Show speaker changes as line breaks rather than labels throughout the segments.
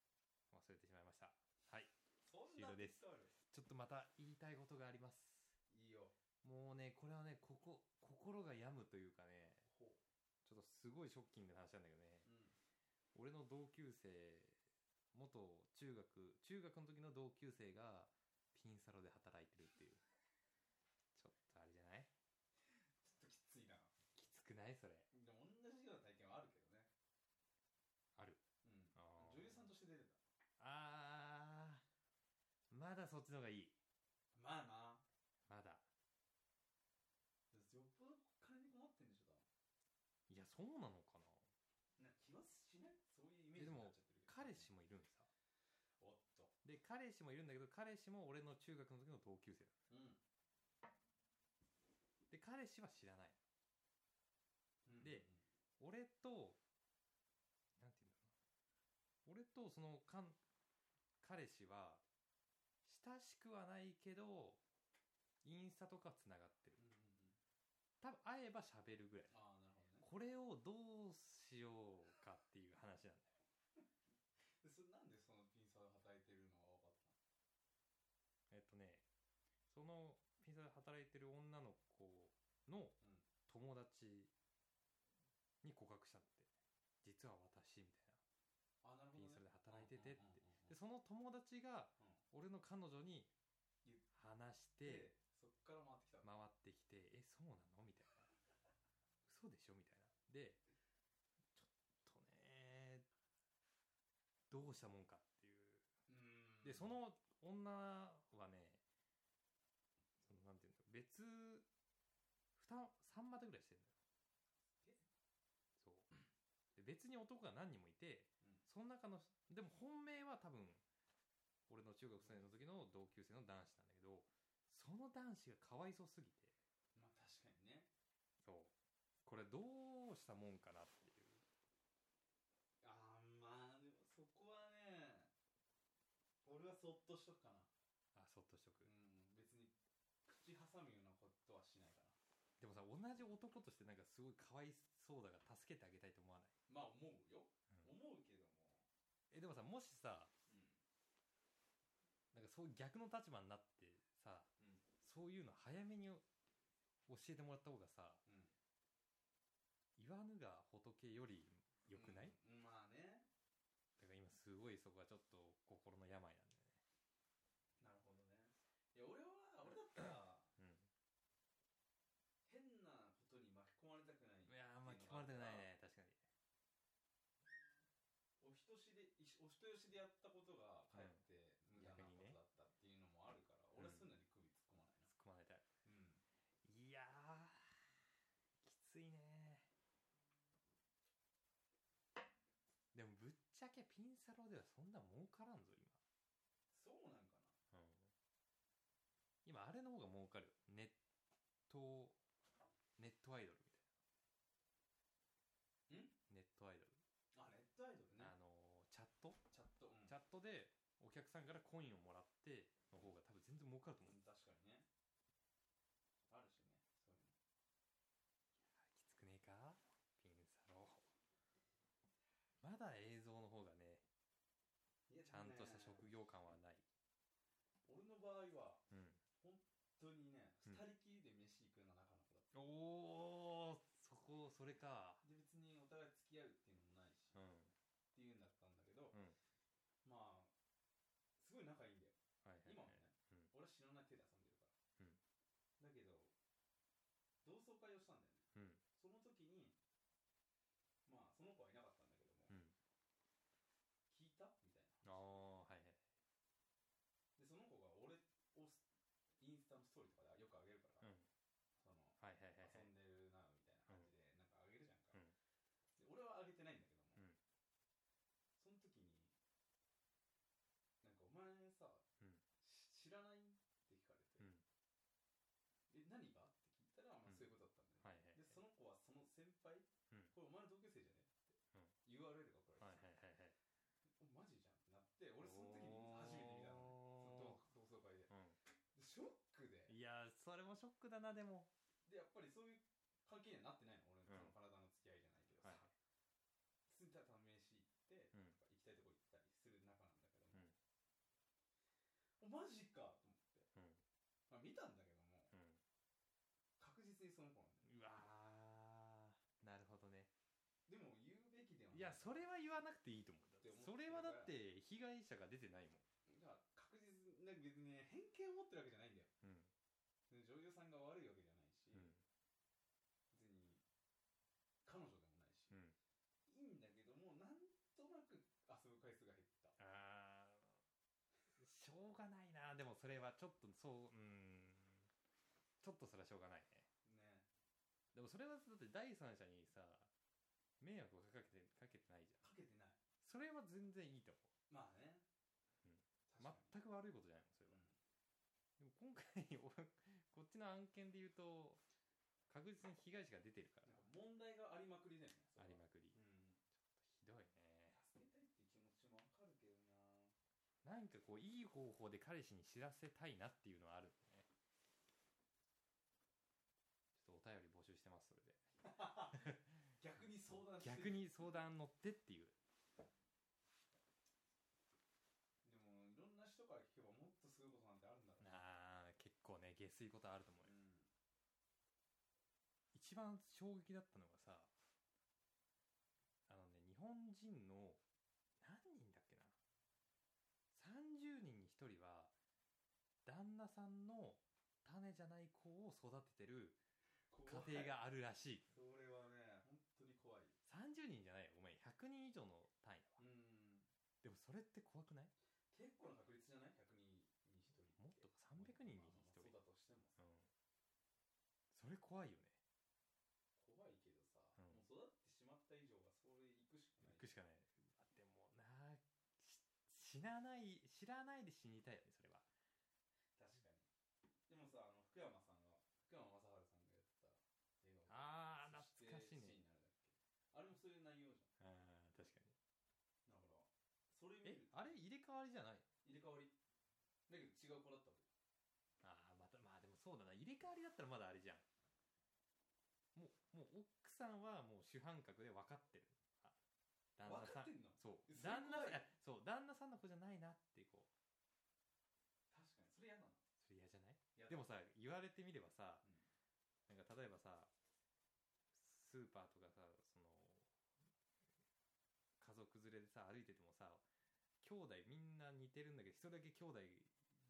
忘れてしまいましたはい
そん
終了
な
で
ですすある
ちょっとまた言いたいことがあります
いいよ
もうねこれはねここ心が病むというかね
ほ
ちょっとすごいショッキングな話なんだけどね
ううん
俺の同級生元中学中学の時の同級生がピンサロで働いてるっていうちょっとあれじゃない
ちょっときついな
きつくないそれ
でも同じような体験はあるけどね
ある
うん
あー
女優さんとして出てた
あーまだそっちの方がいい
まあな
まだ
よっぽど金に困ってんでしょ多
いやそうなのかな
分なんか気はしないそういうイメー
え
ジ
で
になっ
も彼氏もい
ちゃってるけど
るんさ
おっと
で彼氏もいるんだけど彼氏も俺の中学の時の同級生な
うん、
ので彼氏は知らない
うん、
で俺となんて言うんだろうな俺とそのかん彼氏は親しくはないけどインスタとかつながってる
うんうん
多
うん
分会えば喋るぐらい
ああなる
こ
ほどね
れをどうしようかっていう話なんだよ
でそれなんでそのピンサーを働いてるのが分かった
え
の
っとねそのピザで働いてる女の子の
うん
友達に告白したんだって実は私みたいな
あーなるほど、
ピ
ね、
ンサロで働いててって
うんうんうんうんうん
でその友達が
うん
俺の彼女に
言っ
話して
でそっから回ってきたの、
回ってきて「えそうなの?」みたいな「嘘でしょ?」みたいなでちょっとねどうしたもんかっていう
うーん
でその女はねそのなんていうんだろう別3までぐらいしてるんだよ
え
そうで別に男が何人もいて
う
そ
ん
の中のでも本命は多分俺の中学生の時の同級生の男子なんだけどその男子がかわいそうすぎて
まあ確かにね
そうこれどうしたもんかなっていう
ああまあでもそこはね俺はそっとしとくかな
あそっとしとく、
うん別に口挟むようなことはしないかな
でもさ同じ男としてなんかすごいかわいそうだが助けてあげたいと思わない、
まあ思うよ、
うん
思うけども
えでもさもしさなんかそういう逆の立場になってさ
うん
そ
うん
ういうの早めに教えてもらった方がさ
うん
言わぬが仏より良くない、
うんまあね
だから今すごいそこがちょっと心の病なんだよね
なるほどねいや俺は俺だったら
うん
変なことに巻き込まれたくない
いやーまあ聞こえたくないね確かに
お人しでいしお人よしでやったことがかえって
うん
無駄な
逆にね
ことだったっていうのもあるから、俺はそういうのに首突っ込まないな
突っ込まれたい
うん
いやーきついねでもぶっちゃけピンサロではそんな儲からんぞ今、
そうなんか
うん、
な
今あれの方が儲かるよネットネットアイドルみたいな
ん
ネットアイドル、
あネットアイドルね
あのーチャット
チャットうん
チャットでお客さんからコインをもらっての方が多分全然儲かると思う、
うん確かにねあるしねそういう
きつくねえ
の
かピンサロまだ映像の方がね
いや
ちゃんとした職
業
業感はない、
俺の場合は
うん、
本当にね
うん
二人きりで飯行くような仲の
お
子だっ
おそこそれか
たで別にお互い付き合うっていうのもないし、
う
っ
ん
ていうんだったんだけど、
うん
まあすごい仲いいんだよ
はいはい、はい、
今もね
うん
俺は知らない手で遊んでる
うん
から、だけど同窓会をしたんだよね
うん
その時にまあその子はいなかったんだけども、
うん
聞いたみたい
ああ
な話
はいはい
でその子が俺をスインスタのストーリーとかでよくあげるから、
うん
その
はいはいはいはい
遊んでるなみたいな感じでなんかあげるじゃんか、
うん
で俺はあげてないんだけども、
うん
その時になんかお前さ
うん
し知らないって聞かれて、
うん
え何がって聞いたら、ま
うん
あ、そういうことだったんだよ、ね
はいはいはい
でその子はその
う
先輩
ん
これお前の同級生じゃねって、URL が送られてき
は
て、
いはいはいはい
おマジじゃんってなって俺その時に初めて見たのね
おー
その同同窓会
う
ででショック
ん
で
いやーそれもショックだなでも
でやっぱりそういう関係にはなってないの俺の
うん
その体の付き合いじゃないけどさ、
はいはい
普通にただ飯行って、
うん
とか行きたいとこ行ったりする仲なんだけども、
うん
おマジかと思って、
うん
まあ、見たんだけど
う
も
ん
確実にその子なん
う
だよ
わーなるほどね
でも言うべきではい
やそれは言わなくていいと思うんだ
って思
そ
って
れはだって被害者が出てないもん
いや確実になんか別にね偏見を持ってるわけじゃないんだよ
うん
で女優さんが悪いわけじゃないし、
うん
別に彼女でもない
う
し、
ん
いいんだけどもなんとなく遊ぶ回数が減った
あーしょうがないなでもそれはちょっとそううんちょっとそれはしょうがないねで
ね
もそれはだって第三者にさ迷惑をかけてかけてないじゃん
かけてない
それは全然いいと思う
まあ
う
ね、
ん
確かに
全く悪いことじゃないもんそれは、でも今回俺こっちの案件で言うと確実に被害者が出てるから
なんか問題がありまくりだよねそ
あ
れ
り
は
まくり
うん
ひどいね
助けたいっていう気持ちもわかるけどな
なんかこういい方法で彼氏に知らせたいなっていうのはあるんでねちょっとお便り募集してますそれで
逆に相談して
逆に相談乗ってっていう
でもいろんな人から聞けばもっとすごいことなんてあるんだろうな
あー結構ね下水ことあると思う
う
よ
ん
一番衝撃だったのがさあのね日本人の何人だっけな30人に1人は旦那さんの種じゃない子を育ててる
怖い
家庭があるらしい
それはね本当に怖い
30人じゃないよごめん100人以上の単位だわ
うん
でもそれって怖くない
結構な確率じゃない ?100 人に1人
もっとか300人に1人、
まあまあまあそうだとして
う
も
ん、それ怖いよね
怖いけどさ、
うん
もう育ってしまった以上はそれ行くしかない
行くしかないだってもうなし死なない知らないで死にたいよねそれは
確かにでもさあの福山さんが福山雅治さんがやってた映画
ああ
そ
懐かしいね
シーンあれだっけあれもそういう内容じゃ
あ
ん
ー確かに
だからそれ見
え
る
あれ入れ替わりじゃない
入れ替わりだけど違う子だったわけ
ああまたまあでもそうだな入れ替わりだったらまだあれじゃんもうもう奥さんはもう主犯格で分かってるあ旦那
分
さん
かってんの
そう
えそれ
旦那さん
怖
い
い
やそう旦那さんの子じゃないなってこう
確かにそれ嫌なの
それ嫌じゃない
嫌だ
でもさ言われてみればさ、
うん
なんか例えばさスーパーとかさその家族連れでさ歩いててもさ兄弟みんな似てるんだけど一人だけ兄弟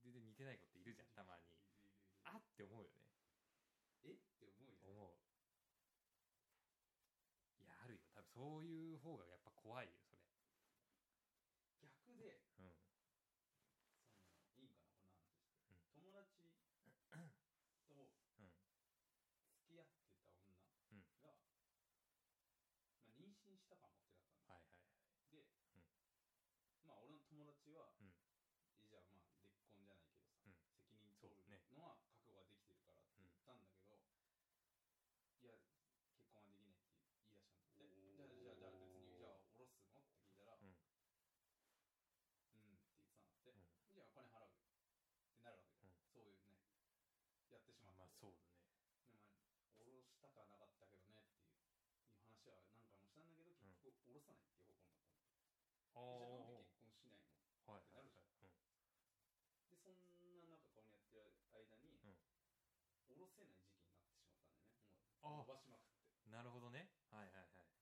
全然似てない子っているじゃんたまに
いるいるいるいる
あって思うよね
えって思うよね
思ういやあるよ多分そういう方がやっぱ怖いよそれ
逆で
うん
そのいいんかなこの話して、友達と
うん
付き合ってた女が、
うん
まあ、妊娠したかもってなったん
はい
だ
はい
で、
うん
まあ俺の友達は、
うん
えじゃあまあ結婚じゃないけどさ、
うん
責任
そう
取る
ね
のは覚悟ができてるからって言ったんだけど、いや結婚はできないって言い出したんだってじゃあじゃあじゃあ別にじゃあおろすのって聞いたら、
うん
うんって言ってたんだって、じゃあお金払うよってなるわけ
う
だよ、
ん
そういうねやってしま
ま
っ
あ
た
まあそうだね
でもおろしたかなかったけどねっていういう話は何回もしたんだけど結局おろさないっていう方向になったの
ああ
じゃあなんで結
はいはいはい
婚しないのってなるじゃんでそんな中こう
うん
やってる間に、おろせない時期になってしまったんだよね
あ
もう伸ばしまくって
うんなるほどねはいはいはい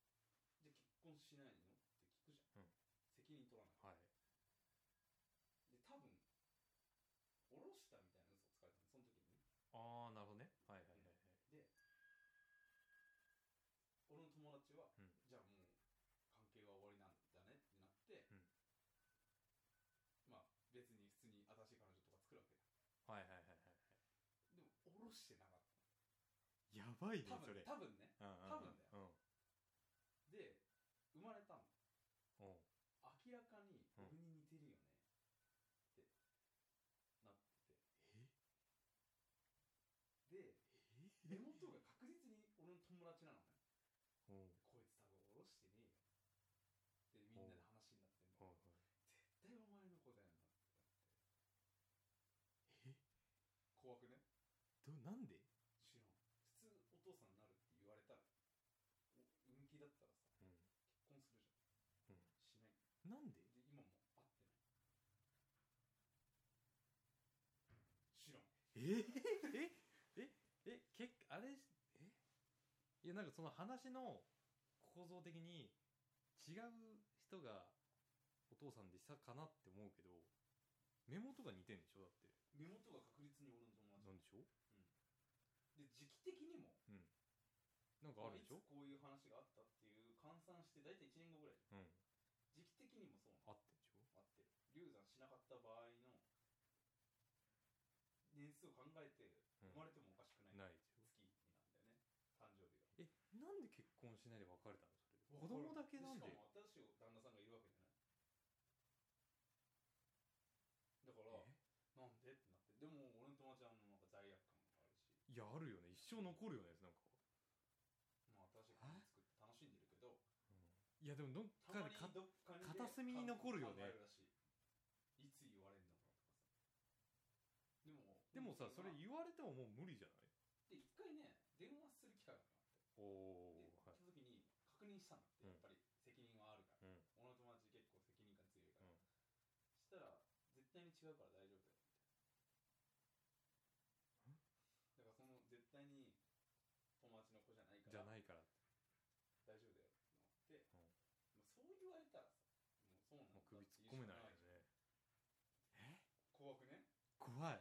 で結婚しないのって聞くじ
うん
ゃん、責任取らない
はい
で多分おろしたみたいな嘘をつかれたのその時にね
ああなるほどねはいはいはいはい
俺の友達は、
うん
じゃあもう関係は終わりなんだねってなって、
うん
まあ別に普通に新しい彼女とか作るわけだ
はいはいはいはい
でもおろしてなかった
やばいね
多
そ
分
れ
多分ね
うんうん
多分
うん
だで生まれたの
おう
明らかに
うん
俺に似てるよね、ってなっててで根元が確実に俺の友達なのね
おう
こいつ多分おろしてねえよってみんなで話になってんの
おう
絶対お前の子だよなって怖くね
どなんで
知らん普通お父さんになるって言われたらお運気だったらさ
う
結婚するじゃ
ん
んし
な
ない
んで
で今も会ってない
ええええけあれえいやなんかその話の構造的に違う人がお父さんでしたかなって思うけどメモとか似てんでしょだって
目元が確率に俺の友
なん
達
でしょ
で時期的にも
なんかあるでし
い
ょ
つこういう話があったっていう換算して大体1年後ぐらい
うん
時期的にもそうな
あ
の
ってんでしょ
あって流産しなかった場合の年数を考えて
うん
生まれてもおかしくな
な
い
いでしょ
月になんだよね誕生日が
えなんで結婚しないで別れたのそれ子供だけなんで
しかも新しい旦那さんがいるわけじゃないだから
え
なんでってなってでも俺の友達はもうなんか罪悪感があるし
いやあるよね一生残るよねなんか、
まあ新しい感じ作って楽しんでるけ
い
ど
やでもどっか
たま
で
に
か
どっかにで
片隅に残るよね
考えらしいいつ言われるのかなとかさで
でも
も
さそれ
っ
言われてももう無理じゃない
て一回ね電話する機会があって
お
で
お
来
は
た
い
時に確認したんだって
うん
やっぱり責任はあるから
うん
俺の友達結構責任感強いから、
うん
したら絶対に違うから大丈夫だよみたいなだからその絶対に友達の子じゃないか
じゃ
ら
ないから
大丈夫だよってなっ
う
て、もうそう言われたらさもうそう
もう
なんだ
首突っ込めないよ
って言うしか
ね
ない怖くね
怖い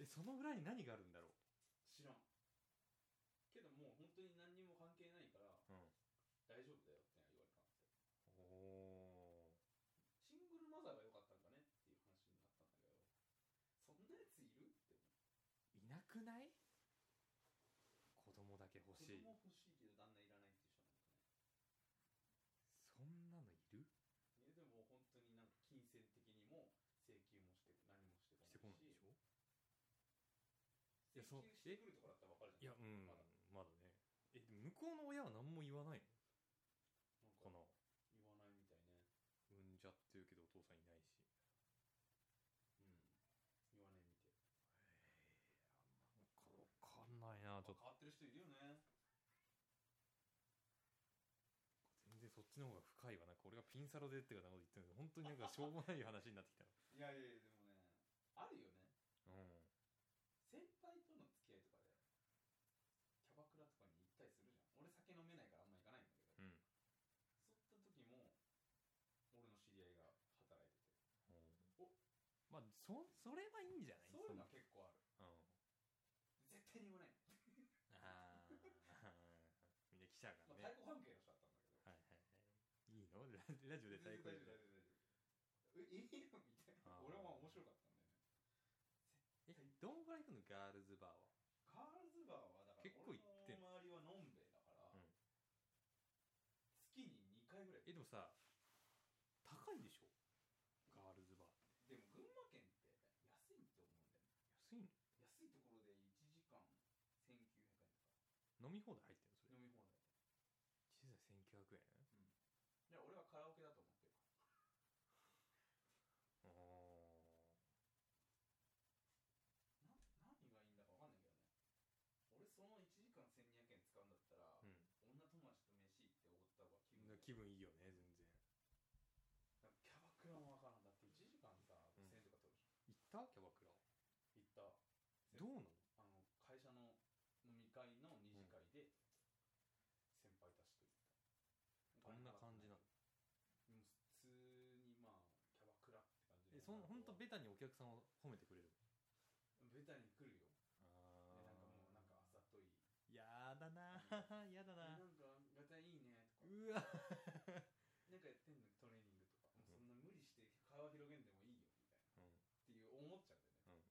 えその裏に何があるんだろ
知らんけどもう本当に何にも関係ないから
う、うん、
大丈夫だよって言われたんですよ
おお
シングルマザーが良かったんだねっていう話になったんだけどそんなやついるって
いなくない子供だけ欲しい
子供欲しいけど旦那いらないっていう人
そんなのいる
なんかねいやでも本当になんか金銭的にも請求もして何もしてこ
してこな
ない
で
い
し
し
ょいや
請
そう
求してくるとこだったら分かる
い
じ
や
ゃん
うん
まだ
まだねえでも向こうの親は何も言わないの
な
か
んか
な
言わないみたいね
産んじゃってるけどお父さんいないし
うん言わないみたい
わかんないなちょっと
変わってる人いるよね
全然そっちの方が深いわなんか俺がピンサロでってかなんか言ってるの本当になんかしょうもない話になってきた
いやいやいやでもねあるよね
のうん
先輩との付き合いとかでキャバクラとかに行ったりするじゃん俺酒飲めないからあんま行かないんだけど、
うん
そういった時も俺の知り合いが働いてて
おまあそそれはいいんじゃない
そういうのは
そ
結構ある
のうん
絶対に言わない、
あー みんな来ちゃうか
ま
ら
あ、
ね
対抗関係の人だったんだ
はいはい
けど
はいいいの ララジオで
全
対抗
然大
で
丈夫大丈夫大丈夫えいいの みたいな
あー
俺は面白かったんだよね
えどんぐらい行くのガールズバーは
ガールズバーはだから
結構行って
俺
ん
の周りはのんべえだから、
うん
月に2回ぐらい
えでもさ高いでしょガールズバーって
でも群馬県って安いと思うんだよね
安い
安いところで1時間1900円とか
の飲み放題入ってるのそれ
飲み放題
実は1900円
いや俺はカラオケだと思ってる
あ
な何がいいんだか分かんないけどね俺その1時間1200円使うんだったら、
ーうん
女友達と飯行っておごった方が気分
なんか気分
が
いいよね全然
なんかキャバクラも分からんだって1時間さ
うん
5000円とか取るじ
行ったキャバクラ
ゃん、
ど
行っ
うなの
たあの会社の飲み会の二次会で先輩たちと行っ
ど
た
んな感じなの
でも普通にまあキャバクラって
え
感じ
その本当
ベ
ベタにお客さんを褒めてくれる
ベタに来るよでなんかもうなんかあざとい
やだなやだ
えな
なん
かガタイいいねとか
うわ
なんかやってんのトレーニングとか、もうそんな無理して会話広げんでもいいよみたい
うん
な、っていう思っちゃうんだよね、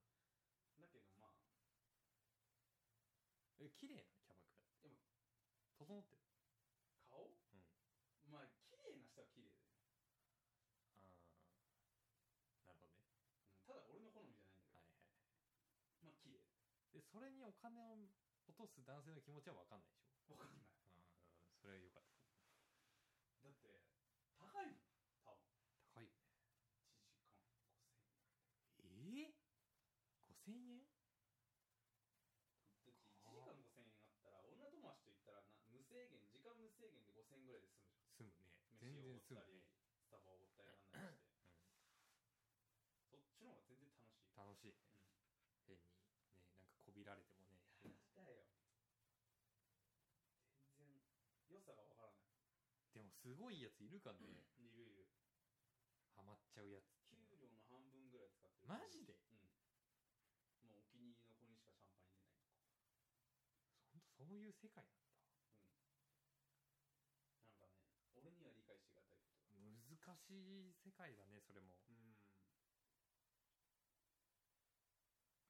だけどまあ
え綺麗なキャバクラ
でも
整ってる
顔、
うん
まあ綺麗な人は綺麗だよ、
ああなるほどね
うんただ俺の好みじゃないんだけど、
はいはい
まあ綺麗
でそれにお金を落とす男性の気持ちは分かんないでしょ
わかんない
あそれはよかっ
だって高いもん多分
た高いよね
1時間
ええ5000円
5000円だって1時間5000円あったら女友達と行ったらな無制限時間無制限で5000円ぐらいで
住
済むじゃん
むね全
飯を
然
お
住む
ごったり
ね、
スタバをおごったりなんなりし
うん
て、そっちの方が全然楽しい
楽しいね、
うん
変にねなんでもすごいやついるかね
いるいる
ハマっちゃうやつって
給料の半分ぐらい使ってる
マジで
うんもうお気に入りの子にしかシャンパン入れない
ほんとそういう世界
なんかね俺には理解してがたいこ
なんだ難しい世界だねそれも、
とうん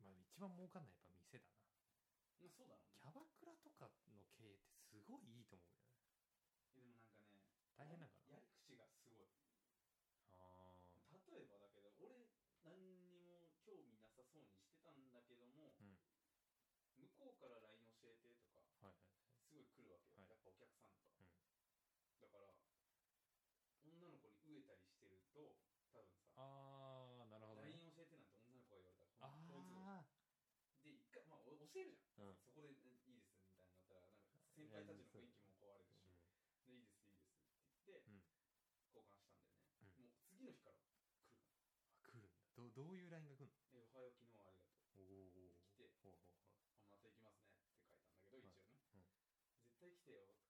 まあ、一番儲かんないやっぱ店だな
まあそうだろ
キャ
うね
バクラとかの経営ってすごいいいと思うよね
えでも
大変なん
なんかね
かな
やり口がすごい
ああ
例えばだけど俺何にも興味なさそうにしてたんだけども、
うん
向こうから LINE 教えてとか
はいはい
すごい来るわけよ、
はい
やっぱお客さんと
う
か、
ん
だから女の子に飢えたりしてると多分さ
ああなるほどね
LINE 教えてなんて女の子が言われた
あ
らこの好都
あ
合で一回まあお教えるじゃん、
うん
そこで、ねいいですみたいになったらなんか先輩たちの雰囲気も壊れるし、でいいですいいですって言って、
うん
交換したんだよね、
うん
もう次の日から来る
来るんだどどういうラインが来るの
えおはよう昨日はありがとう
おお
来
ほ
て
うほうほ
あまた行きますねって書いたんだけど、
はい
一応ね、
う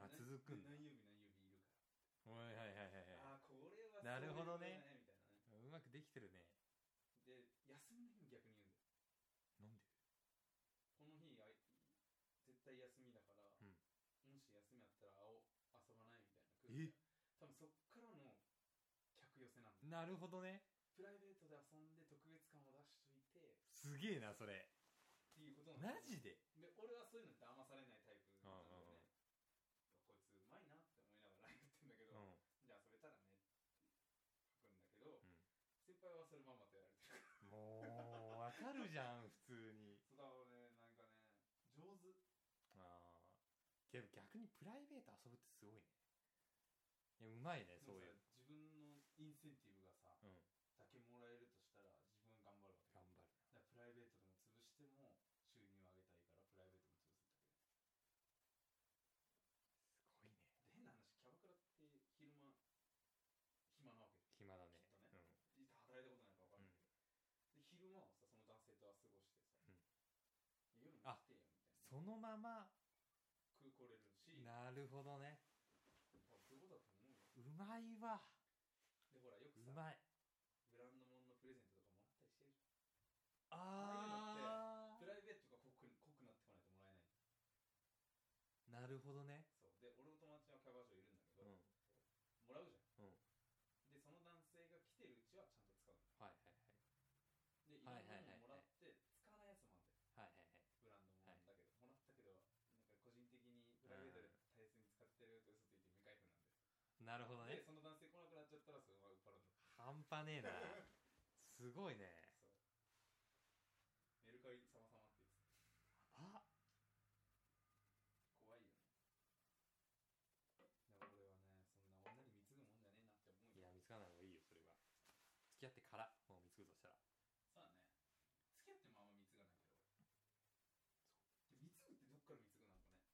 んうあ
絶対来てよとかな
続くんだ
何曜日何曜日いるか
はいはいはいはいはい
ら、ああーこれは
なるほどね
そういうことだねみたいなね
うまくできてるね
で休みの日も逆に言うんだよ
なんで
この日あい絶対休みだから、
ん
もし休みあったらあお遊ばないみたいな来るじゃん多分そっからの客寄せなんだよ
なるほどね
プライベートで遊んで特別感を出しといてっ
すげえなそれ
ていうことな
マ
んだ
ジ
よ
で
で俺はそういうのって騙されないタイプなんだよ
うんうんうん
ねこいつうまいなって思いながら言ってんだけ
う
ど、
ん
じゃあ遊べたらねって書
う
くんだけど、
ん
先輩はそれまんまとやられてる
もうわかるじゃん普通に
そうだろうねなんかね上手
ああでも逆にプライベート遊ぶってすごいねいやうまいねそういう
でもさ自分のインセンティブがさ、
うん
だけもらえるとしたら自分頑張るわけ
頑張る
だからプライベートでも潰しても収入を上げたいからプライベートも潰すんだけ
すごいね
ど変な話キャバクラって昼間暇なわけで
暇だね
きっとね働いたことないから分かんないけど、で昼間をさその男性とは過ごしてさ、
うん
夜も
あ
来てよみたい
うん、そ
な
のまま
食うこれるし
なるほどね
多分そういうことだと思うよ
うまいわ
でほらよく
う
さ
まい
ブランド物のプレゼントとかもらったりしてるじ
あ
ゃんプライベートが濃く濃くなってこないともらえな
ー
い
なるほどね
そうで俺の友達のキャバ嬢いるんだけ
う
ど、
ん
もらうじゃん、
うん
でその男性が来てるうちはちゃんと使
は
うの
いはいはい
でいろんな
はいはい
ものもらって使わないやつもあるんだよ
はいはいはいはい
ブランドもらったけど、もらったけどなんか個人的にプライベートで大切に使ってると嘘ついて未開封なんだよ
なるほど
で
ね
その男性来なくなっちゃったらそれは売っ払うの
半端ねえ なすごいね
そうメルカリ様様って言ってた
あ
怖いよねだから俺はねそんな女に貢ぐもんじゃねえなって思う
いや
よ
見つからない方がいいよそれは付き合ってからもう見つくとしたら
そうだね付き合ってもあんま貢がないけど俺で貢ぐってどっから貢ぐなのかね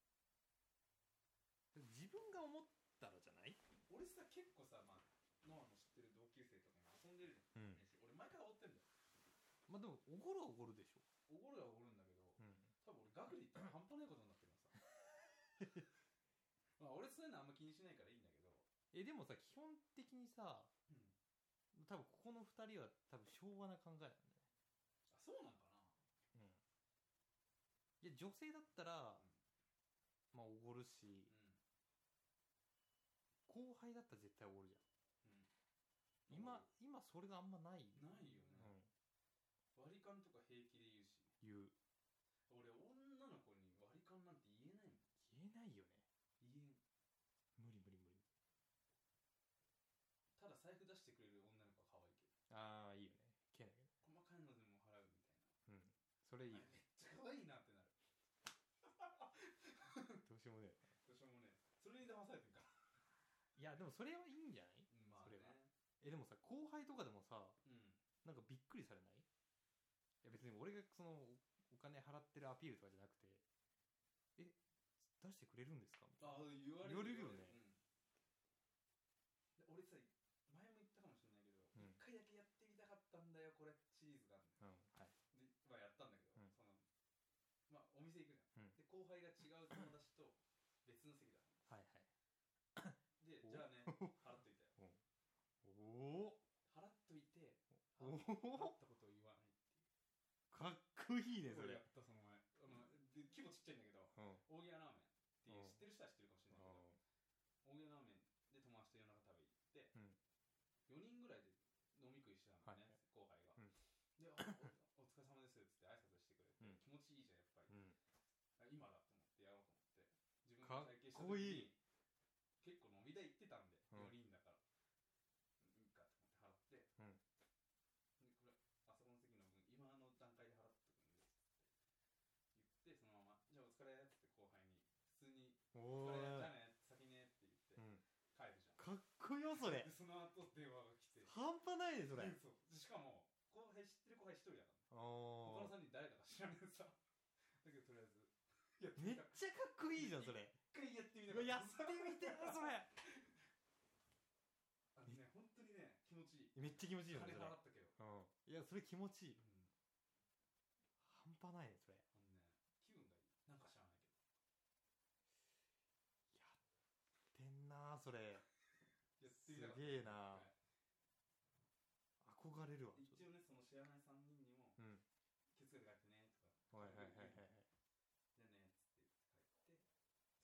自分が思ったらじゃない
俺さ結構さまあノアの知ってる同級生とかも遊んでるじゃん、
うん
飯俺毎回おってんだよ
まあでもおごるはおごるでしょ
おごるはおごるんだけど、
うん
多分俺額で言ったら半端ないことになってるの さまあ俺そういうのあんま気にしないからいいんだけど
えでもさ基本的にさ、
うん
多分ここの2人は多分昭和な考えなんだよね
あそうなんか
う
な
んいや女性だったら、まあおごるし
うん
後輩だったら絶対おごるじゃん
うん
今今それがあんまない
ないよね、
うん
割り勘とか平気で言うし
言う
俺女の子に割り勘なんて言えないもん
言えないよね
言えん
無理無理無理
ただ財布出してくれる女の子は可愛いけど
ああいいよねけなね
細かいのでも払うみたいな
うんそれいいよ
あれめっちゃ可愛いなってなる
どうしようもねえ
私もねそれに騙されてるから
いやでもそれはいいんじゃない
まあ
それ
ね
はえでもさ後輩とかでもさ
うん
なんかびっくりされないいや別に俺がそのおお金払ってるアピールとかじゃなくてえ出してくれるんですかみたいな
あ言われ
言われるよね
うんで俺さ前も言ったかもしれないけど
うん
一、回だけやってみたかったんだよこれチーズがある
うんはい
で、まあ、やったんだけど、
うん
そのまあお店行くじゃん、
うん
で後輩が違う友達と別の席だ
はいはい
会
お
ったことを言わない
かっこいいねそ
これ
れ
やったその前あので規模ちっちゃいんだけど
うん
大宮ラーメンっていううん知ってる人は知ってるかもしれないけど大宮ラーメンで友達と夜中食べ行って、
うん
4人ぐらいで飲み食いしてたんだよね、後輩が、
うん
であお「 お疲れ様です」っつって挨拶してく
うん
れて、気持ちいいじゃんやっぱり、
うん
あ今だと思ってやろうと思って自分が体験した
かっこ
時
い
に結構飲み代行ってたんで、
うん
4人だからいいかと思って払って、
うん
でこれあそこの席の分今の段階で払っとくんで言ってそのまま「じゃあお疲れ」っつって後輩に普通に
おお
「お疲れじ
ー
ゃあね先ね」って言っ
うん
て帰るじゃ
かっ
ん
こよそれ
でその後電話が来て
半端ないねそれ
うんそうでしかも後輩知ってる後輩一人だから
お
他の3人誰だか知らねえさ だけどとりあえずやって
め
み
っち
た
ゃかっこいいじゃんそれ
一回やってみた
うわやって
かった
みてえなそれ
あのね本当にね気持ちいい
めっちゃ気持ちいい
金
よね
払っ
それ
たけど、
うんいやそれ気持ちいい
うん
半端ないねそれ
あのね気分がいいなんか知らないけ
てんなーそれ
どやって
す
みたかった
げえな
はい
憧れるわちょっ
一応ねその知らない3人にも
とうん
気付けて帰ってねとか
はいはいはいはいはい
じゃあねっつって帰って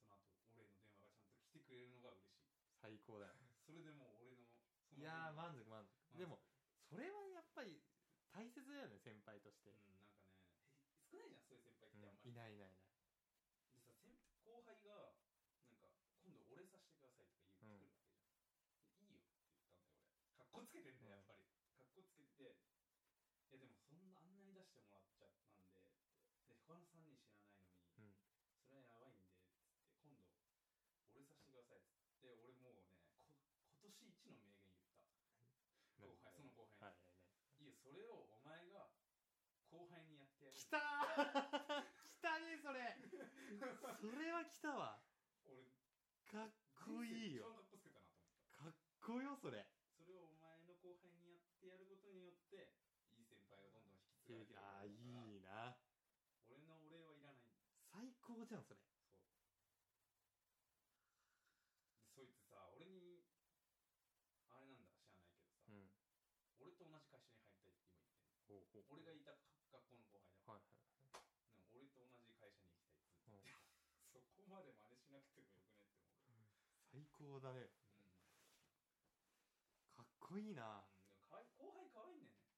その後俺の電話がちゃんと来てくれるのが嬉しい
最高だよ
それでもう俺のそ
い
の
やー満
分
足満
満
足で
足
もそれはやっぱり大切だよね先輩として
う、ん、なんかね、え少ないじゃん、そういう先輩ってあんま
うんい
り。
ないいないいない
でさ、先後輩が、なんか、今度俺させてくださいとか言ってくるわけじゃん。でいいよって言ったんだよ、俺。かっこつけてんだよ、やっぱり。かっこつけてて、いや、でもそんな案内出してもらっちゃったんで、で、他の3人知らないのに、
うん
それはやばいんで、つって、今度、俺させてくださいっつって、俺もうね、こ今年一の名言言った。後輩、その後輩に。
はいはいはい
いや、それをお前が後輩にやって やる。
来たー 来たねそれ それは来たわ
俺、
かっこいいよ
人生で一番かっこつけたなと
かっこよそ
思った。
れ
それをお前の後輩にやってやることによって、いい先輩がどんどん引き継がれてる
ああ
と思うか
いいな
ら俺のお礼はいらない。
最高じゃんそれ
そう。で、そいつさ、俺に、あれなんだか知らないけどさ、
ん
俺と同じ会社に入りたいって今言っ
ほうほう
てんの俺が
はい
いた学校の後輩だから、
はい
でも俺と同じ会社に行きたいってずっと
うん
言ってるそこまで真似しなくてもよくねって思う。
最高だね
うん
かっこいいな
うんでもかわい後輩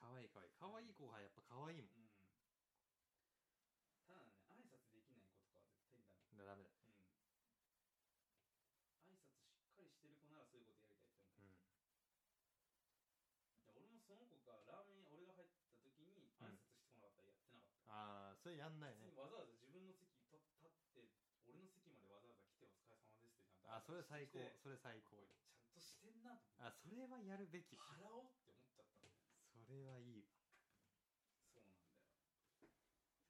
可愛いんだよねやっぱり
いやかわいいかわいいかわいい後輩やっぱかわいいも
うんただね挨拶できない子とかは絶対にダメ
んだダメだ
うん挨拶しっかりしてる子ならそういうことやりたいって思
うん
ういや俺もその子がラーメン屋俺が入った時に挨拶してこなかったらやってなかっ
ああ
た、
それやんない
別
ね
にわざわざ自分の席立立って俺の席までわざわざ来てお疲れ様ですってちゃ
あ
んと
それ最高
挨拶し
それ
て
最
こ
高
れちゃんとしてんなと思っ
あ
て
それはやるべき
払おうって思っちゃったんだよね
それはいいわ
そうなんだよ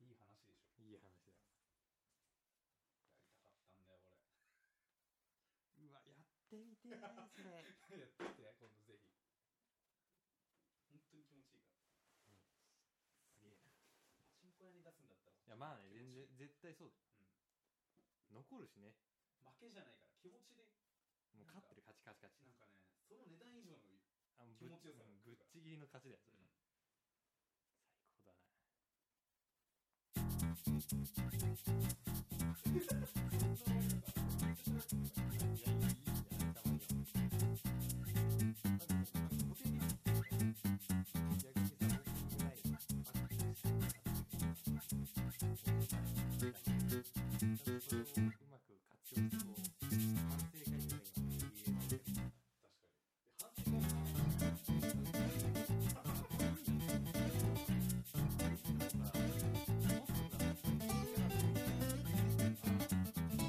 いい話でしょ
いい話だ
やりたかったんだよ俺
うわやってみてーそれ
やってみてね今度ぜひ本当に気持ちいいから
すげえない
パチンコ屋に出すんだったらい
やまあね全然絶対そうだよ、残るしね
負けじゃないから気持ちで
もう勝ってる勝ち勝ち勝ち
なんかねその値段以上の
あもう
気持ちよさ
ぶっ
が
うん
来
ぶ
る
っちぎり
から
の勝ちだよそれ、
うん
最高だなうまく活用すると反省会とかには言えないけど
確かにで反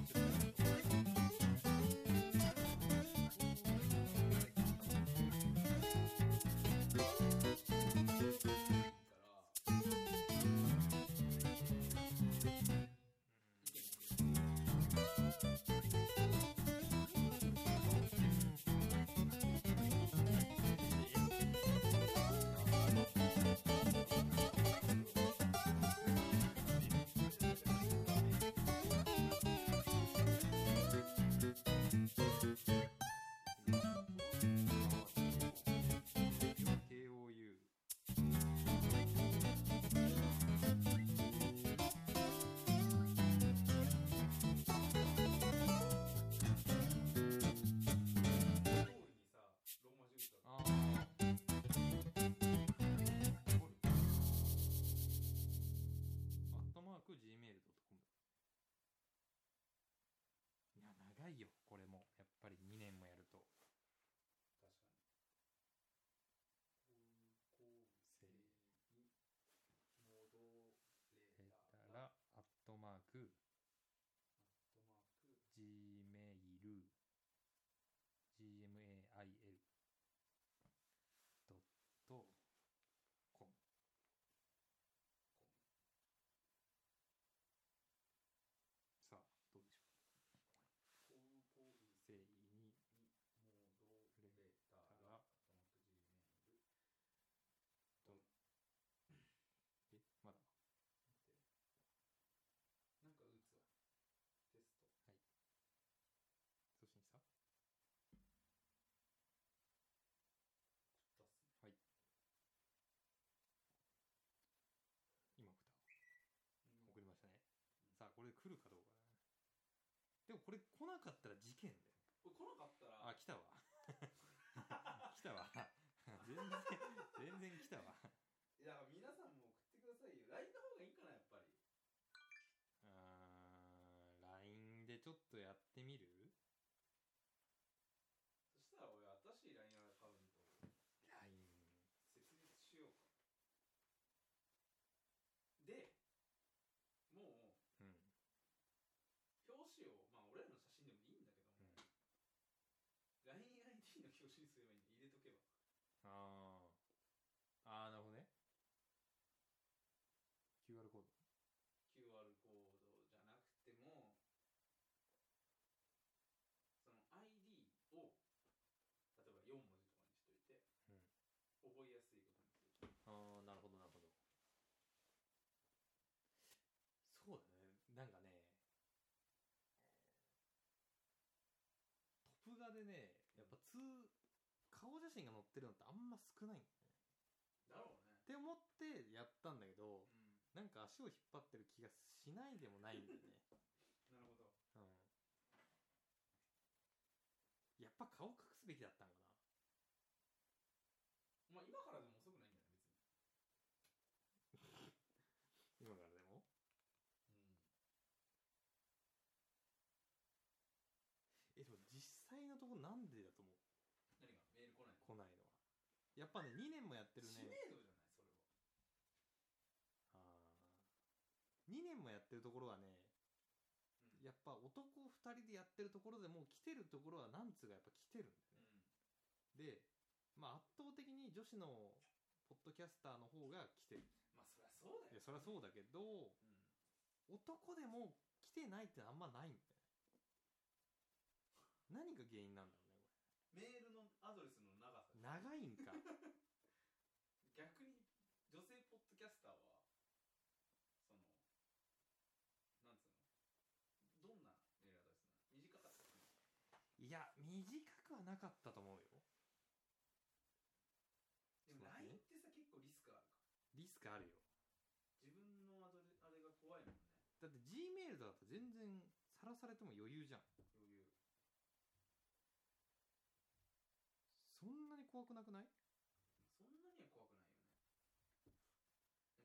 省会
あ辛いよこれもやっぱり2年もやると
確かに。高校生に戻
え
れ
た
たら、
らアットマーク gmail gmail ドットコムさあどうでしょ
高校
う誠意に
戻れた
た
ら
ら、えまだ
なんか打つわ。テスト。
送信した
出すね。
今送った
うん
送りましたねさあこれ来るかどうかだねでもこれ来なかったら事件だよ
これ来なかったら、
あ来たわ 来たわ全然全然来たわ
いや、皆さんも送ってくださいよ。LINE の方がいいかな、やっぱり。
うーん LINE でちょっとやってみる
そしたら俺、新しい LINE アカウントを
?LINE
設立しようか。で、もう、
うん
表紙を、まあ俺らの写真でもいいんだけども、
うん
LINEID の表紙にすればいいんだ。入れとけば。
あーあーなるほどね QR コード
QR コードじゃなくてもその ID を例えば4文字とかにしといて、
うん
覚えやすいことにすると
ああなるほどなるほどそうだねなんかねトップ画でねやっぱ通顔写真が載ってるのってあんま少ないんだよね
だろうね
っ、て思ってやったんだけど
うん、
なんか足を引っ張ってる気がしないでもないんだよね、
なるほど
うん、やっぱ顔隠すべきだったんかな
まあ今からでも遅くないんだよ別に、
今からでもえでも実際のとこなんでだと思う
何がメール来ないの
来ないのはやっぱね2年もやってる
知
ね
名度じゃないそれ
あ
は
2年もやってるところはね
うん
やっぱ男2人でやってるところでもう来てるところはなんつうかやっぱ来てるんだよね
うん
で、まあ、圧倒的に女子のポッドキャスターの方が来てる
まあそりゃそう
い
だ
や
よ、
そりゃそうだけど
うん
男でも来てないってあんまないんだよね何が原因なんだろうね
メールのアドレスの長さ
これ長いんか
逆に女性ポッドキャスターはそのなんつうのどんなメールアドレスなの短かったっけ
いや短くはなかったと思うよ
でも
そうだ
LINE
ね
ってさ結構リスクあるか
リスクあるよ
自分のアドレあれが怖いもんね
だって G メールだと全然さらされても余裕じゃん
余裕
そんなに怖くなくない
そんなには怖くないよね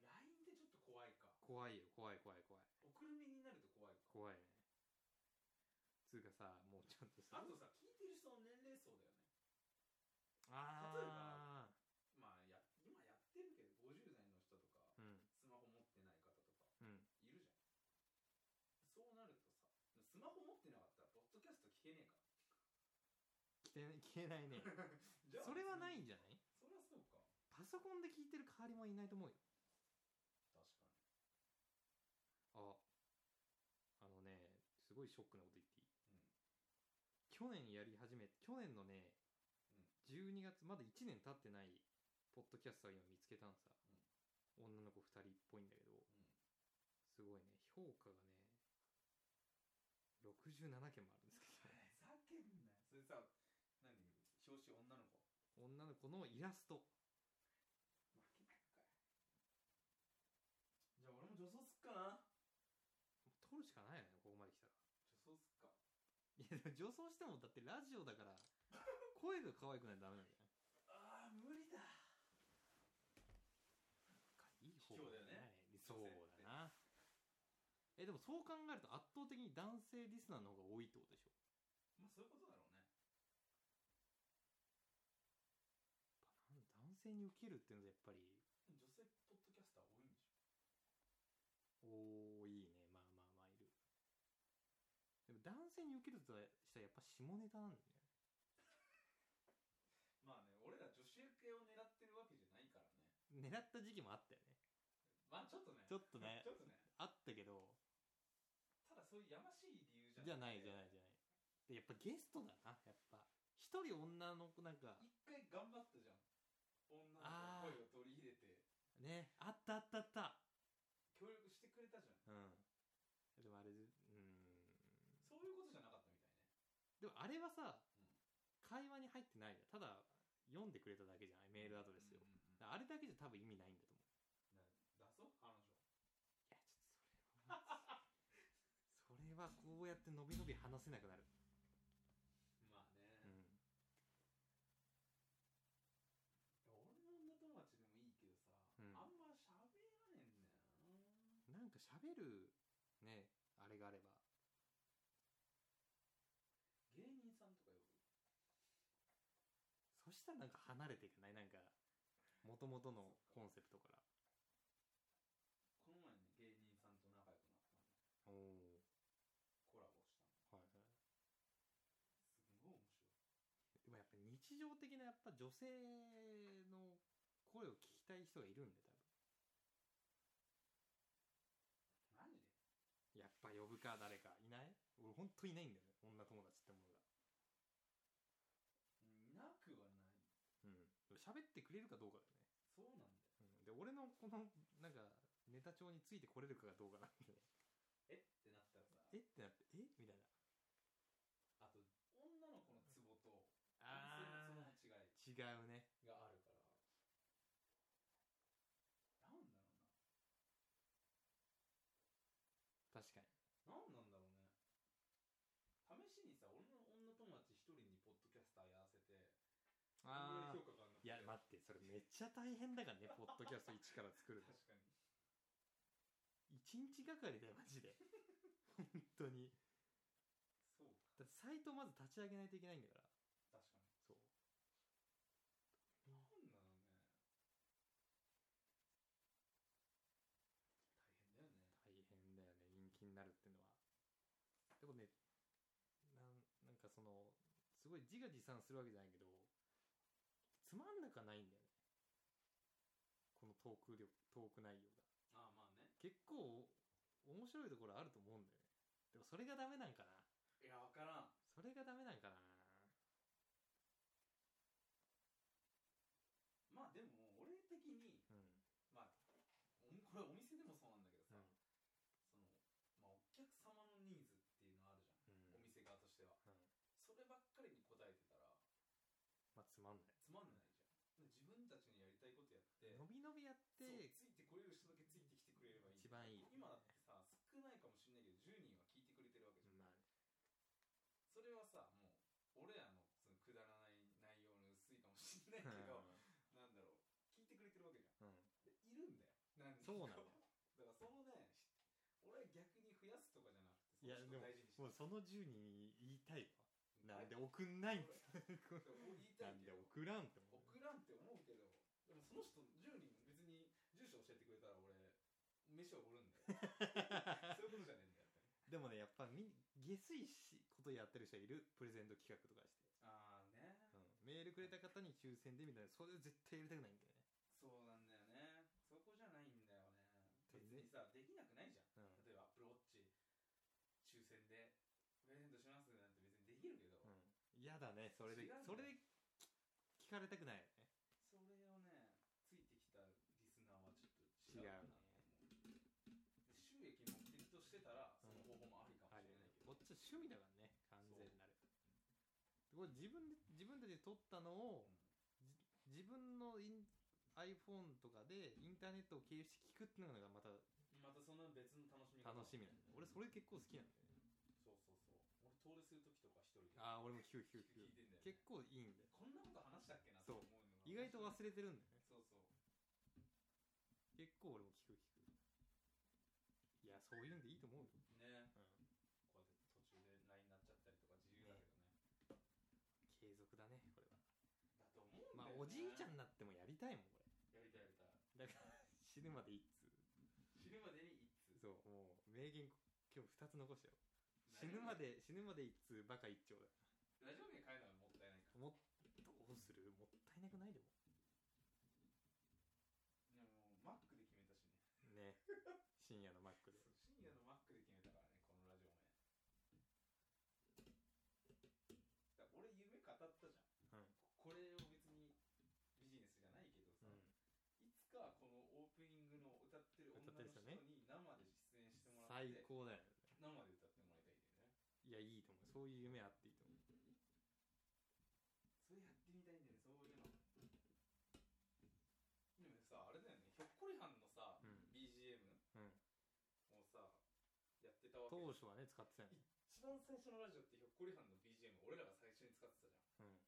LINE ってちょっと怖いか
怖いよ怖い怖い怖い
おくるみになると怖いか
怖いねつうかさもうちょっとさ
あとさ聞いてる人の年齢層だよね
あ
まあや今やってるけど50代の人とか
ーうん
スマホ持ってない方と
う
か
ん
いるじゃんそうなるとさスマホ持ってなかったらポッドキャスト聞けねえか
聞け消えないね
じ ゃあ
それはないん
別に
じゃない
それはそうか
パソコンで聞いてる代わりもいないと思うよ
確かに
ああのねすごいショックなこと言っていい、
うん
去年やり始め去年のね、12月まだ1年経ってないポッドキャスターを今見つけたのさ、女の子2人っぽいんだけど
うん
すごいね評価がね67件もあるんですけ ど
ふざけんなよそれさ何表紙女の子
女の子のイラスト
負けないのかいじゃあ俺も女装すっかな
撮るしかないよねここまで来たら
女装すっか
いやでも女装してもだってラジオだから 声が可愛くないとダメなんじゃない
ああ無理だ
いい方法
卑怯だよね
ないそうだなえでもそう考えると圧倒的に男性リスナーの方が多いってことでしょ性に受けるっていうのはやっぱり
女性ポッドキャスター多いんでしょ
おーいいねまあまあまあいるでも男性に受けるとしたらやっぱ下ネタなんだよね
まあね俺ら女子受けを狙ってるわけじゃないから
狙
ね
った時期もあったよね
まあちょっとね
ちょっとね
ちょっとね
あったけど
ただそういうやましい理由じ
じゃ
ゃ
ないじゃないじゃないでやっぱゲストだなやっぱ一人女のなんか
一回頑張ったじゃん女の子の声を取り入れて
ねあったあったあった
協力してくれたじゃん
うんでもあれうん
そういうことじゃなかったみたいね
でもあれはさ、
うん
会話に入ってないよただ読んでくれただけじゃないメールアドレスを、
うんうんうん
だからあれだけじゃ多分意味ないんだと思う
な出そう彼女
いやちょっとそれはそれはこうやって伸び伸び話せなくなる
まあ
う
ね、
ん
俺の女友達でもいいけどさ、
うん
あんま喋らねえんだよな
なんか喋るねあれがあれば
芸人さんとかよ
そしたらなんか離れていかないなんか元々のコンセプトから
この前ね芸人さんと仲良くなったの
おお
コラボしたの
はいはい
すごい
でも
面白い
やっぱ日常的なやっぱ女性の声を聞きたい人がいるんで多分
マジで
やっぱ呼ぶか誰かいない俺ほんといないんだよね女友達ってものが
いなくはない
うん喋ってくれるかどうかだよね、
そうなんだよ
うん、で俺のこのなんかネタ帳についてこれるかがどうかなんでね
えってなったらさ
えってなってえみたいな
あと女の子のツボと
あ
男性の
あ
ツボの違い
違うね
があるからなんだろう
確かに
ななんなんだろうね試しにさ俺の女友達一人にポッドキャスターやらせて
ああ
んまり評価が上がんなくて
いや待ってそれめっちゃ大変だから ねポッドキャスト1から作るの
確かに
1日がかりだよマジで 本当に
そう
だってサイトまず立ち上げないといけないんだから
確かに
そう
なんだろうね大変だよね
大変だよね人気になるっていうのはでもねなんなんかそのすごい自画自賛するわけじゃないけどつまんなくはないんだよねこのトーク力トーク内容が
ああまあね
結構面白いところあると思うんだよねでもそれがダメなんかない
や分からん
それがダメなんかな
まあでも俺的に
うん
まあおこれお店でもそうなんだけど
う
さ、
ん
そのまあ、お客様のニーズっていうのあるじゃん、
うん
お店側としては、
うん
そればっかりに答えてたら
まあつまんない
つまんないじゃん自分たちのやりたいことやって
伸び伸びやっ
そう
て
ついてこれる人だけついてきてくれればいい
一番いい
今だってさ少ないかもしれないけど10人は聞いてくれてるわけじゃん、
まあ
それはさもう俺らのそのくだらない内容の薄いかもし
う
れない けど、
ん
なんだろう聞いてくれてるわけじゃ
う
ん
ん
でいるんだよ何人か
そうなのよ
だからそのねし俺は逆に増やすとかじゃなくて
いや
そ
で
の
も
人を
もうそ
大事にして
の10人言いたいわなんで
はい
送んないん
俺
これ
俺言いた
ないん
け
で
ど
送らんって思う
送らんって思うけどでもその人10人別に住所教えてくれたら俺飯をおご るんだよそういうことじゃねえんだよやっぱり
でもねやっぱみ下水しことやってる人いるプレゼント企画とかして、
ああね、
うん、メールくれた方に抽選でみたいなそれ絶対やりたくないんだよね
そうなんだよねそこじゃないんだよね
で
別にさできなくないじゃん
うん
例えばアップルウォッチ抽選でプレゼントしますなんて別にできるけど、
うん嫌だねそれで
違うんだよ
それで聞かれたくないよね
それをね、ついてきたリスナーはちょっと
違う
違う
ね
なで収益目的としてたら、その方法もありかも
あ
し
れ
れないけ
こ
ど。
っちは趣味だからね完全なるこれ自分で自分たちで撮ったのをじ自分のイン iPhone とかでインターネットを経由して聞くっていうのがまた
またその別の楽しみ方
楽しみなんだよ俺それ結構好きなんだよね
そうそうそう。俺、遠出するときとか一人で。
ああ俺も聞く聞く聞
聞い
く
てんだよ、ね
結。構いいんだよ
こんなこと話したっけな
そう
と思うのが
意外と忘れてるんだよね
そうそう。
結構俺も聞く聞くいやそういうんでいいと思うよ、
ね。
うん、
こうやって途中で LINE になっちゃったりとか自由だけどね。
継続だねこれは
だと思うんだよ、ね。
まあおじじいちゃんになってもやりたいもん俺
やりたいやりたい
だから 死ぬまで一通
死ぬまでに一通
そうもう名言今日2つ残してよ死ぬまで死ぬまで一通バカ一丁だ
ラジオに変えるのはもったいないから
もどうするもったいなくないでも
でもマックで決めたしね
ね深夜のマックで
深夜のマックで決めたからねこのラジオ名だから俺夢語ったじゃん、
うん
これを別にビジネスじゃないけどさ、
うん
いつかこのオープニングの歌ってる女の人に生で出演してもらって
最高だよね
生で歌ってもらいたい
いやい
んだよね
いと思うそういう夢あっていいと思う
それやってみたいんだよねそういうのでもさあれだよねひょっこりはんのさ、
うん
BGM
うん
をさやってたわけ
当
で
初はね使ってたよね
一番最初のラジオってひょっこりはんの BGM 俺らが最初に使ってたじゃん
うん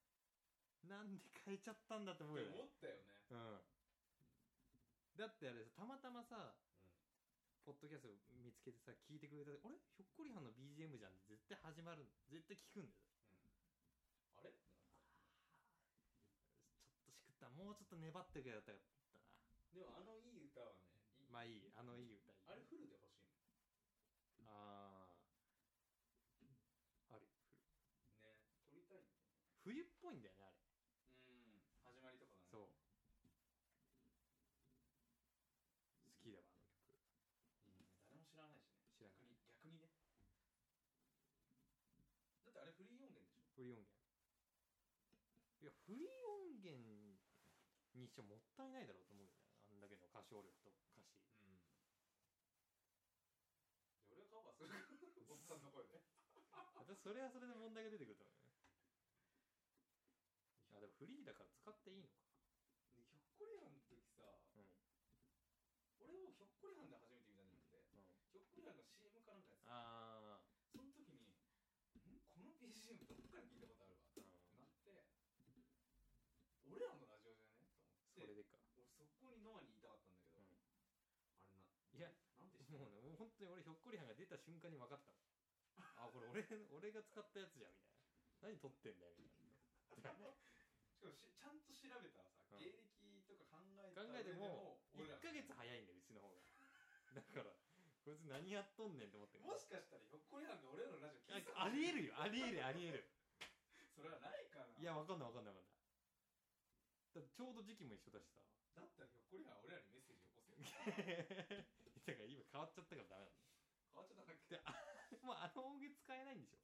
なんで変えちゃったんだって思うよね
思ったよね、
うんだってあれさたまたまさ
うん、
ポッドキャスト見つけてさ聞いてくれたあれひょっこりはんの BGM じゃん絶対始まる絶対聞くんだよ
あれ
ちょっとしくったもうちょっと粘ってくれたかったな
でもあのいい歌はねいい
まあいいあのいい歌いい
あれフルで欲しいも
あーあれ
んね撮りたいんだよね
冬っぽいんだよねあれ
うん始まりとかだね
そう
う
好きだわあの曲
ん、誰も知らないしね
知らない
逆に逆にねだってあれフリー音源でしょ
フリー音源いやフリー音源にしちゃもったいないだろうと思うよねあんだけの歌唱力と歌詞
うんじゃあ俺はカバーする からおっさんの声で
私それはそれで問題が出てくると思うよねあでもフリーだから使っていいのか
でひょっこりはんの時さ、
うん
俺もひょっこりはんで初めて見たんじゃ
うん
なくて、ひょっこりはんの CM かなんかやってた
ああ
その時に、んこの BGM どっから聞いたことあるわってなって、俺らのラジオじゃねと
そ
思
れで
って、
か
俺そこにノアに言いたかったんだけ
う
ど、
ん
あれ
い
な、
や
なんでし
もうねもう本当に俺ひょっこりはんが出た瞬間に分かったもんあこれ 俺俺が使ったやつじゃんみたいな何撮ってんだよみたいな
しかもしちゃんと調べたらさ、
うん
芸歴とか考えた
考
上
え
で
ても
俺ら
1ヶ月早いんだようちの方がだからこいつ何やっとんねんって思ってる
もしかしたらひょっこりはんで俺らのラジオ聞いて
あありえ
る
るよありえるありえる
それはないかない
いやわかんないわかんないわかんないだってちょうど時期も一緒だしさ
だったらひょっこりはん俺らにメッセージよこせよ
だから今変わっちゃったからダメなの
変わっちゃったんだっけ
でもうあの音源使えないんでしょ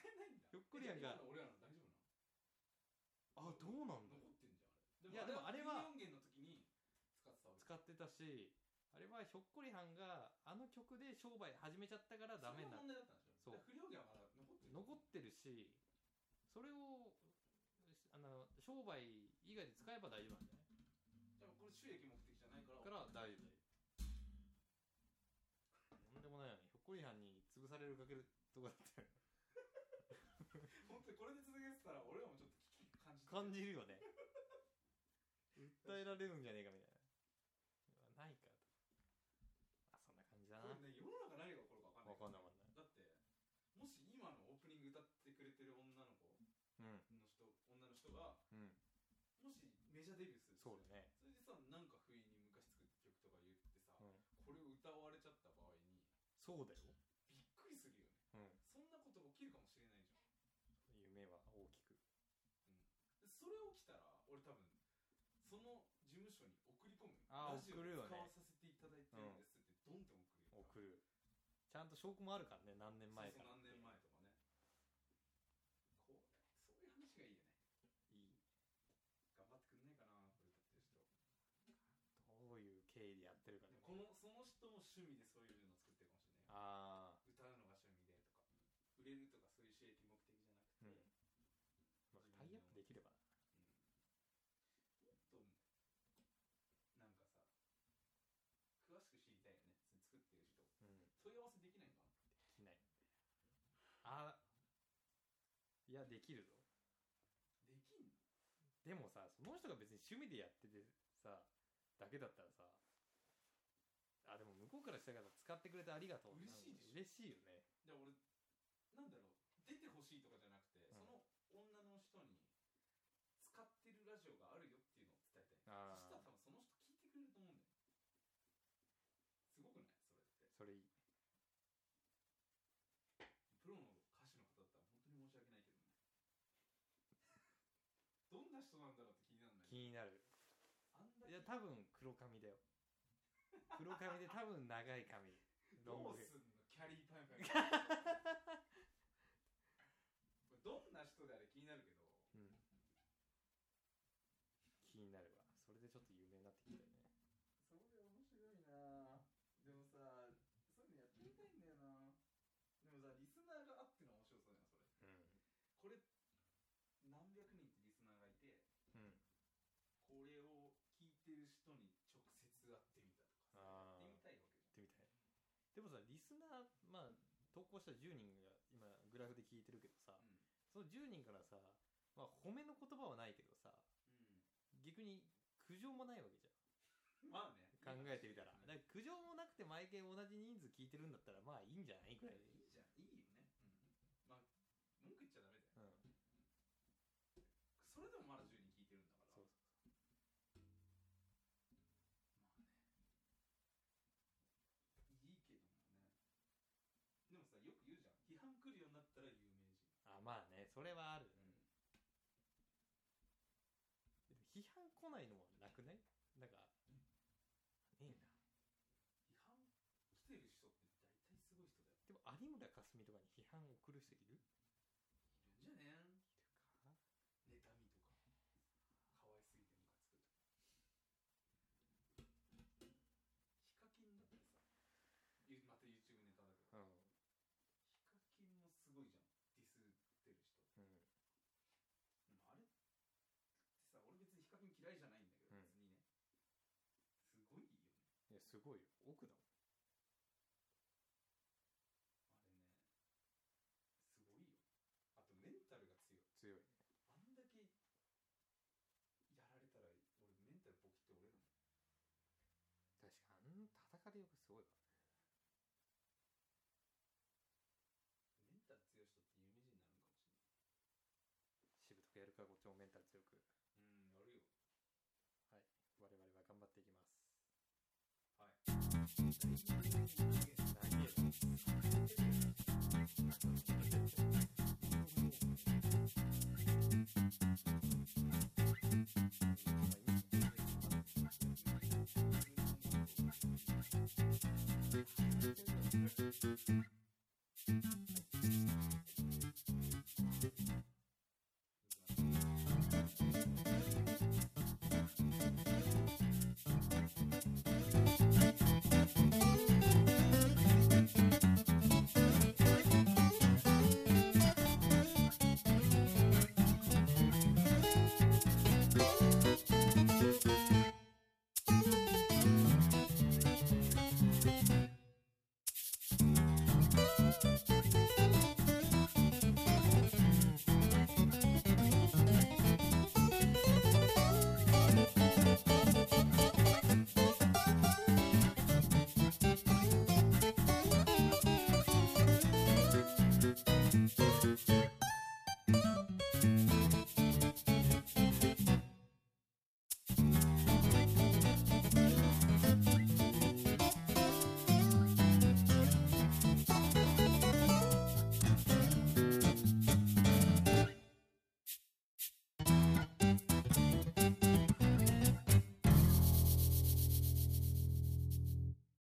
使えないんだ
ひょっこりはんが
えじゃあ今の俺らの大丈夫なの
あどうなんだ
残ってんじゃん
いやでもあれは
音源の時に使ってたわけ
使ってたしあれはひょっこりはんがあの曲で商売始めちゃったからダメになっ
それが問題だったんでしょ
そう
だから不良源はまだ残って
残ってる
る
しそれをあの商売以外で使えば大丈夫なんじゃない
でもこれ収益目的じゃないから
だから大丈夫なんでもないよねひょっこりはんに潰されるかけるとかだったよ
本当にこれで続けてたら俺らもちょっと危機感じて
感
じ
じるよね訴えられるんじゃねえかみたいなないかとあそんな感じだ
こ
な
れね世の中何が起こるか
わか
分か
ん
んない
ないわかんない
だってもし今のオープニング歌ってくれてる女の子の
うん
人女の人が
うん
もしメジャーデビューする
そうだね
それでさなんか不意に昔作った曲とか言ってさ、
うん
これを歌われちゃった場合に
そうだよ
びっくりするよね
うん
そんなこと起きるかもしれないじゃん
夢は大きく
でそれを着たら俺多分その事務所に送り込む
あー
ラジオ
送るよね
使わさせていただいてるんですってどんどん送る
送る
よ
ちゃんと証拠もあるからね何年前か
そう
ら
そう何年前とかねこうそういう話がいいよね
いい
頑張ってくんないかなこれ歌ってる人
どういう経緯でやってるか
で
ね
もこのその人も趣味でそういうの作ってるかもしれない
ああ
歌うのが趣味でとか売れるとかそういう収益目的じゃなくて、
うん
も
ま
っ
あタイアップできればな
となんかさ詳しく知りたいよねその作っ
う
てる人
ん
問い合わせできないかな
できないあいやできるぞ
できんの
でもさその人が別に趣味でやっててさだけだったらさあでも向こうからしたら使ってくれてありがとう
嬉しいでしょ
嬉しいよね
で俺なんだろう出てほしいとかじゃなくて、
うん
その女の人に使ってるラジオがあるよっていう
あ
そしたら
あ
多分その人聞いてくれると思うんだよすごくないそれって
それいい
プロの歌手の方だったら本当に申し訳ないけどねどんな人なんだろうって気になるんだ
気になるい
あんだけ
や多分黒髪だよ黒髪で多分長い 髪 ロン
どう
グヘ
すんのキャリーパンパンど んな人であれ気になるけど
アうん気になるわそれでちょっと有名になってきたよね
それ面白いなでもさそういうのやってみたいんだよなでもさリスナーがあっての面白そうだよねそれこれ何百人ってリスナーがいて
うんうん
これを聞いてる人に直接会ってみたとか
あ
さ
ー
やってみたいわけじ
っ
ゃん
てみたいでもさリスナーまあ投稿した10人が今グラフで聞いてるけどさ、
うん
その10人からさ、まあ、褒めの言葉はないけどさ逆に苦情もないわけじゃん
うんまあね
考えてみたら
うん
だから苦情もなくて毎回同じ人数聞いてるんだったらまあいいんじゃないぐらいで
いいじゃんいいよね、うんまあ文句言っちゃダメだよ
うん
それでもまだ10人聞いてるんだから
そう
いいけどもねでもさよく言うじゃん批判来るようになったら有名人
あまあねそれはある
うん
でも批判来ないのもなくないなんかねえな
批判来てる人って大体すごい人だよ
でも有村架純とかに批判を送る人いる
いるんじゃね
いるか
妬みとか可愛すぎてムカつくとかヒカキンだってさゆまた YouTube ネタだけど
うん
ヒカキンもすごいじゃんディスって
うん
る人でもあれってさ俺別にヒカキン嫌いじゃないんだけ
う
ど、
ん
別にねすご
いやすごい
いよね
よ奥だもん
あれねすごいよあとメンタルが
強
強い
い
あんだけやられたら俺メンタルボキって折れるもん
確かにあの叩かれよくすごいわ
メンタル強い人って有名人になるのかもしれな
しぶ
い
とくやるかこっちもメンタル強く
うん、やるよ。
我々は頑張っていきます
はい。
何